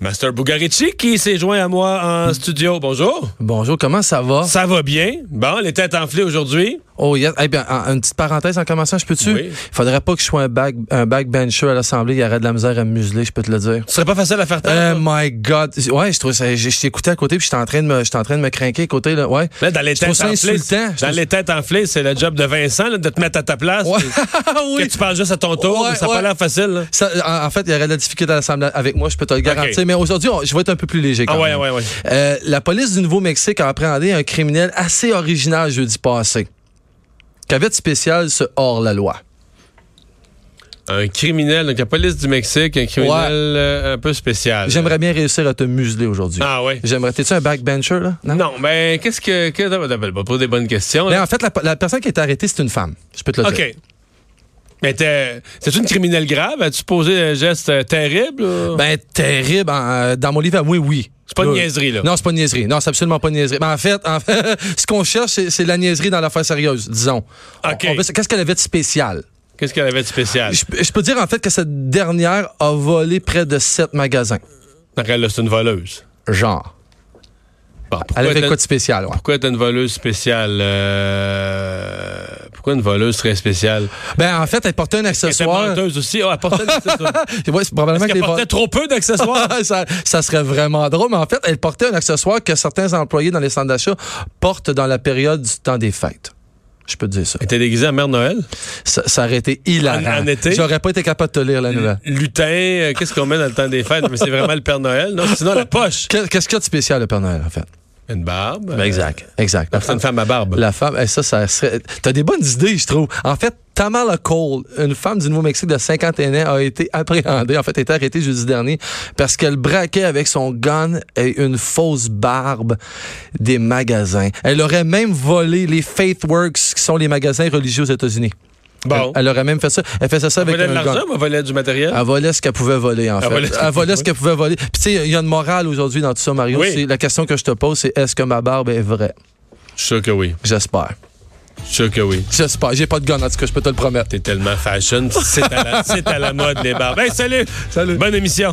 Master Bugarici qui s'est joint à moi en Hmm. studio. Bonjour. Bonjour, comment ça va? Ça va bien. Bon, les têtes enflées aujourd'hui. Oh, yes. Eh bien, en- une petite parenthèse en commençant, je peux-tu? Oui. Faudrait pas que je sois un, back, un backbencher à l'Assemblée, il y aurait de la misère à me museler, je peux te le dire. Ce serait pas facile à faire taire. Oh my God. Ouais, je trouve ça. Je, je t'écoutais à côté, puis j'étais en train de me, j'étais en train de me craquer à côté, là. Ouais. Là, dans les je têtes trouve ça enflées, insultant. Je dans trouve- les têtes enflées, c'est le job de Vincent là, de te mettre à ta place. Ouais. Que tu penses juste à ton tour, Ouais, ça n'a ouais. pas l'air facile. là. Ça, en, en fait, il y aurait de la difficulté à l'Assemblée avec moi, je peux te le garantir. Ok. Mais aujourd'hui, on- je vais être un peu plus léger. Quand Ah ouais, même. ouais, ouais. Euh, la police du Nouveau-Mexique a appréhendé un criminel assez original jeudi passé. Qu'avait de spécial ce hors-la-loi? Un criminel, donc la police du Mexique, un criminel Ouais. euh, un peu spécial. J'aimerais bien réussir à te museler aujourd'hui. Ah ouais. J'aimerais. T'es-tu un backbencher, là? Non, mais qu'est-ce que. que non, non, non, pose des bonnes questions. Mais là. en fait, la, la personne qui est arrêtée, c'est une femme. Je peux te le dire. OK. Mais t'es- c'est une criminelle grave? As-tu posé un geste euh, terrible? ou- Ben, terrible. en- euh, dans mon livre, à oui, oui. C'est pas une niaiserie, là. Non, c'est pas une niaiserie. Non, c'est absolument pas une niaiserie. Mais en fait, en fait, ce qu'on cherche, c'est c'est la niaiserie dans l'affaire sérieuse, disons. On- OK. on veut- Qu'est-ce qu'elle avait de spécial? Qu'est-ce qu'elle avait de spécial? Je, je peux dire, en fait, que cette dernière a volé près de sept magasins. Donc, elle, là, c'est une voleuse. Genre. Bon, pourquoi Elle avait t'as- quoi de spécial, ouais. Pourquoi t'as une voleuse spéciale? euh, Pourquoi une voleuse très spéciale? Ben, en fait, elle portait un Elle était accessoire. menteuse aussi. Oh, elle portait des accessoires. Ouais, c'est probablement Est-ce que qu'elle les portait trop peu d'accessoires? ça, ça serait vraiment drôle. Mais en fait, elle portait un accessoire que certains employés dans les centres d'achat portent dans la période du temps des fêtes. Je peux te dire ça. Elle était déguisée en Mère Noël? Ça, ça aurait été hilarant. En- en été? J'aurais pas été capable de te lire la nouvelle. Lutin, euh, qu'est-ce qu'on met dans le temps des fêtes? Mais c'est vraiment le Père Noël, non? Sinon, la poche. Que- Qu'est-ce qu'il y a de spécial, le Père Noël, en fait? Une barbe. euh, Ben, Exact. La C'est femme, une femme à barbe. la femme, eh, ça, ça serait. T'as des bonnes idées, je trouve. En fait, Tamala Cole, une femme du Nouveau-Mexique de 51 ans, a été appréhendée, en fait, a été arrêtée jeudi dernier parce qu'elle braquait avec son gun et une fausse barbe des magasins. Elle aurait même volé les Faithworks, qui sont les magasins religieux aux États-Unis. Bon. Elle, elle aurait même fait ça. Elle faisait ça Elle avec volait de un Ah. gun. l'argent ou elle volait du matériel? Elle volait ce qu'elle pouvait voler, en Elle fait. volait ce qu'elle Elle volait ce qu'elle pouvait voler. Puis, tu sais, il y a une morale aujourd'hui dans tout ça, Mario. Oui. C'est- La question que je te pose, c'est est-ce que ma barbe est vraie? Je suis sûr que oui. J'espère. Je suis sûr que oui. J'espère. J'ai pas de gun, en tout cas, je peux te le promettre. T'es tellement fashion, c'est à, la, c'est à la mode les barbes. Hey, Ben, salut! Salut. Bonne émission!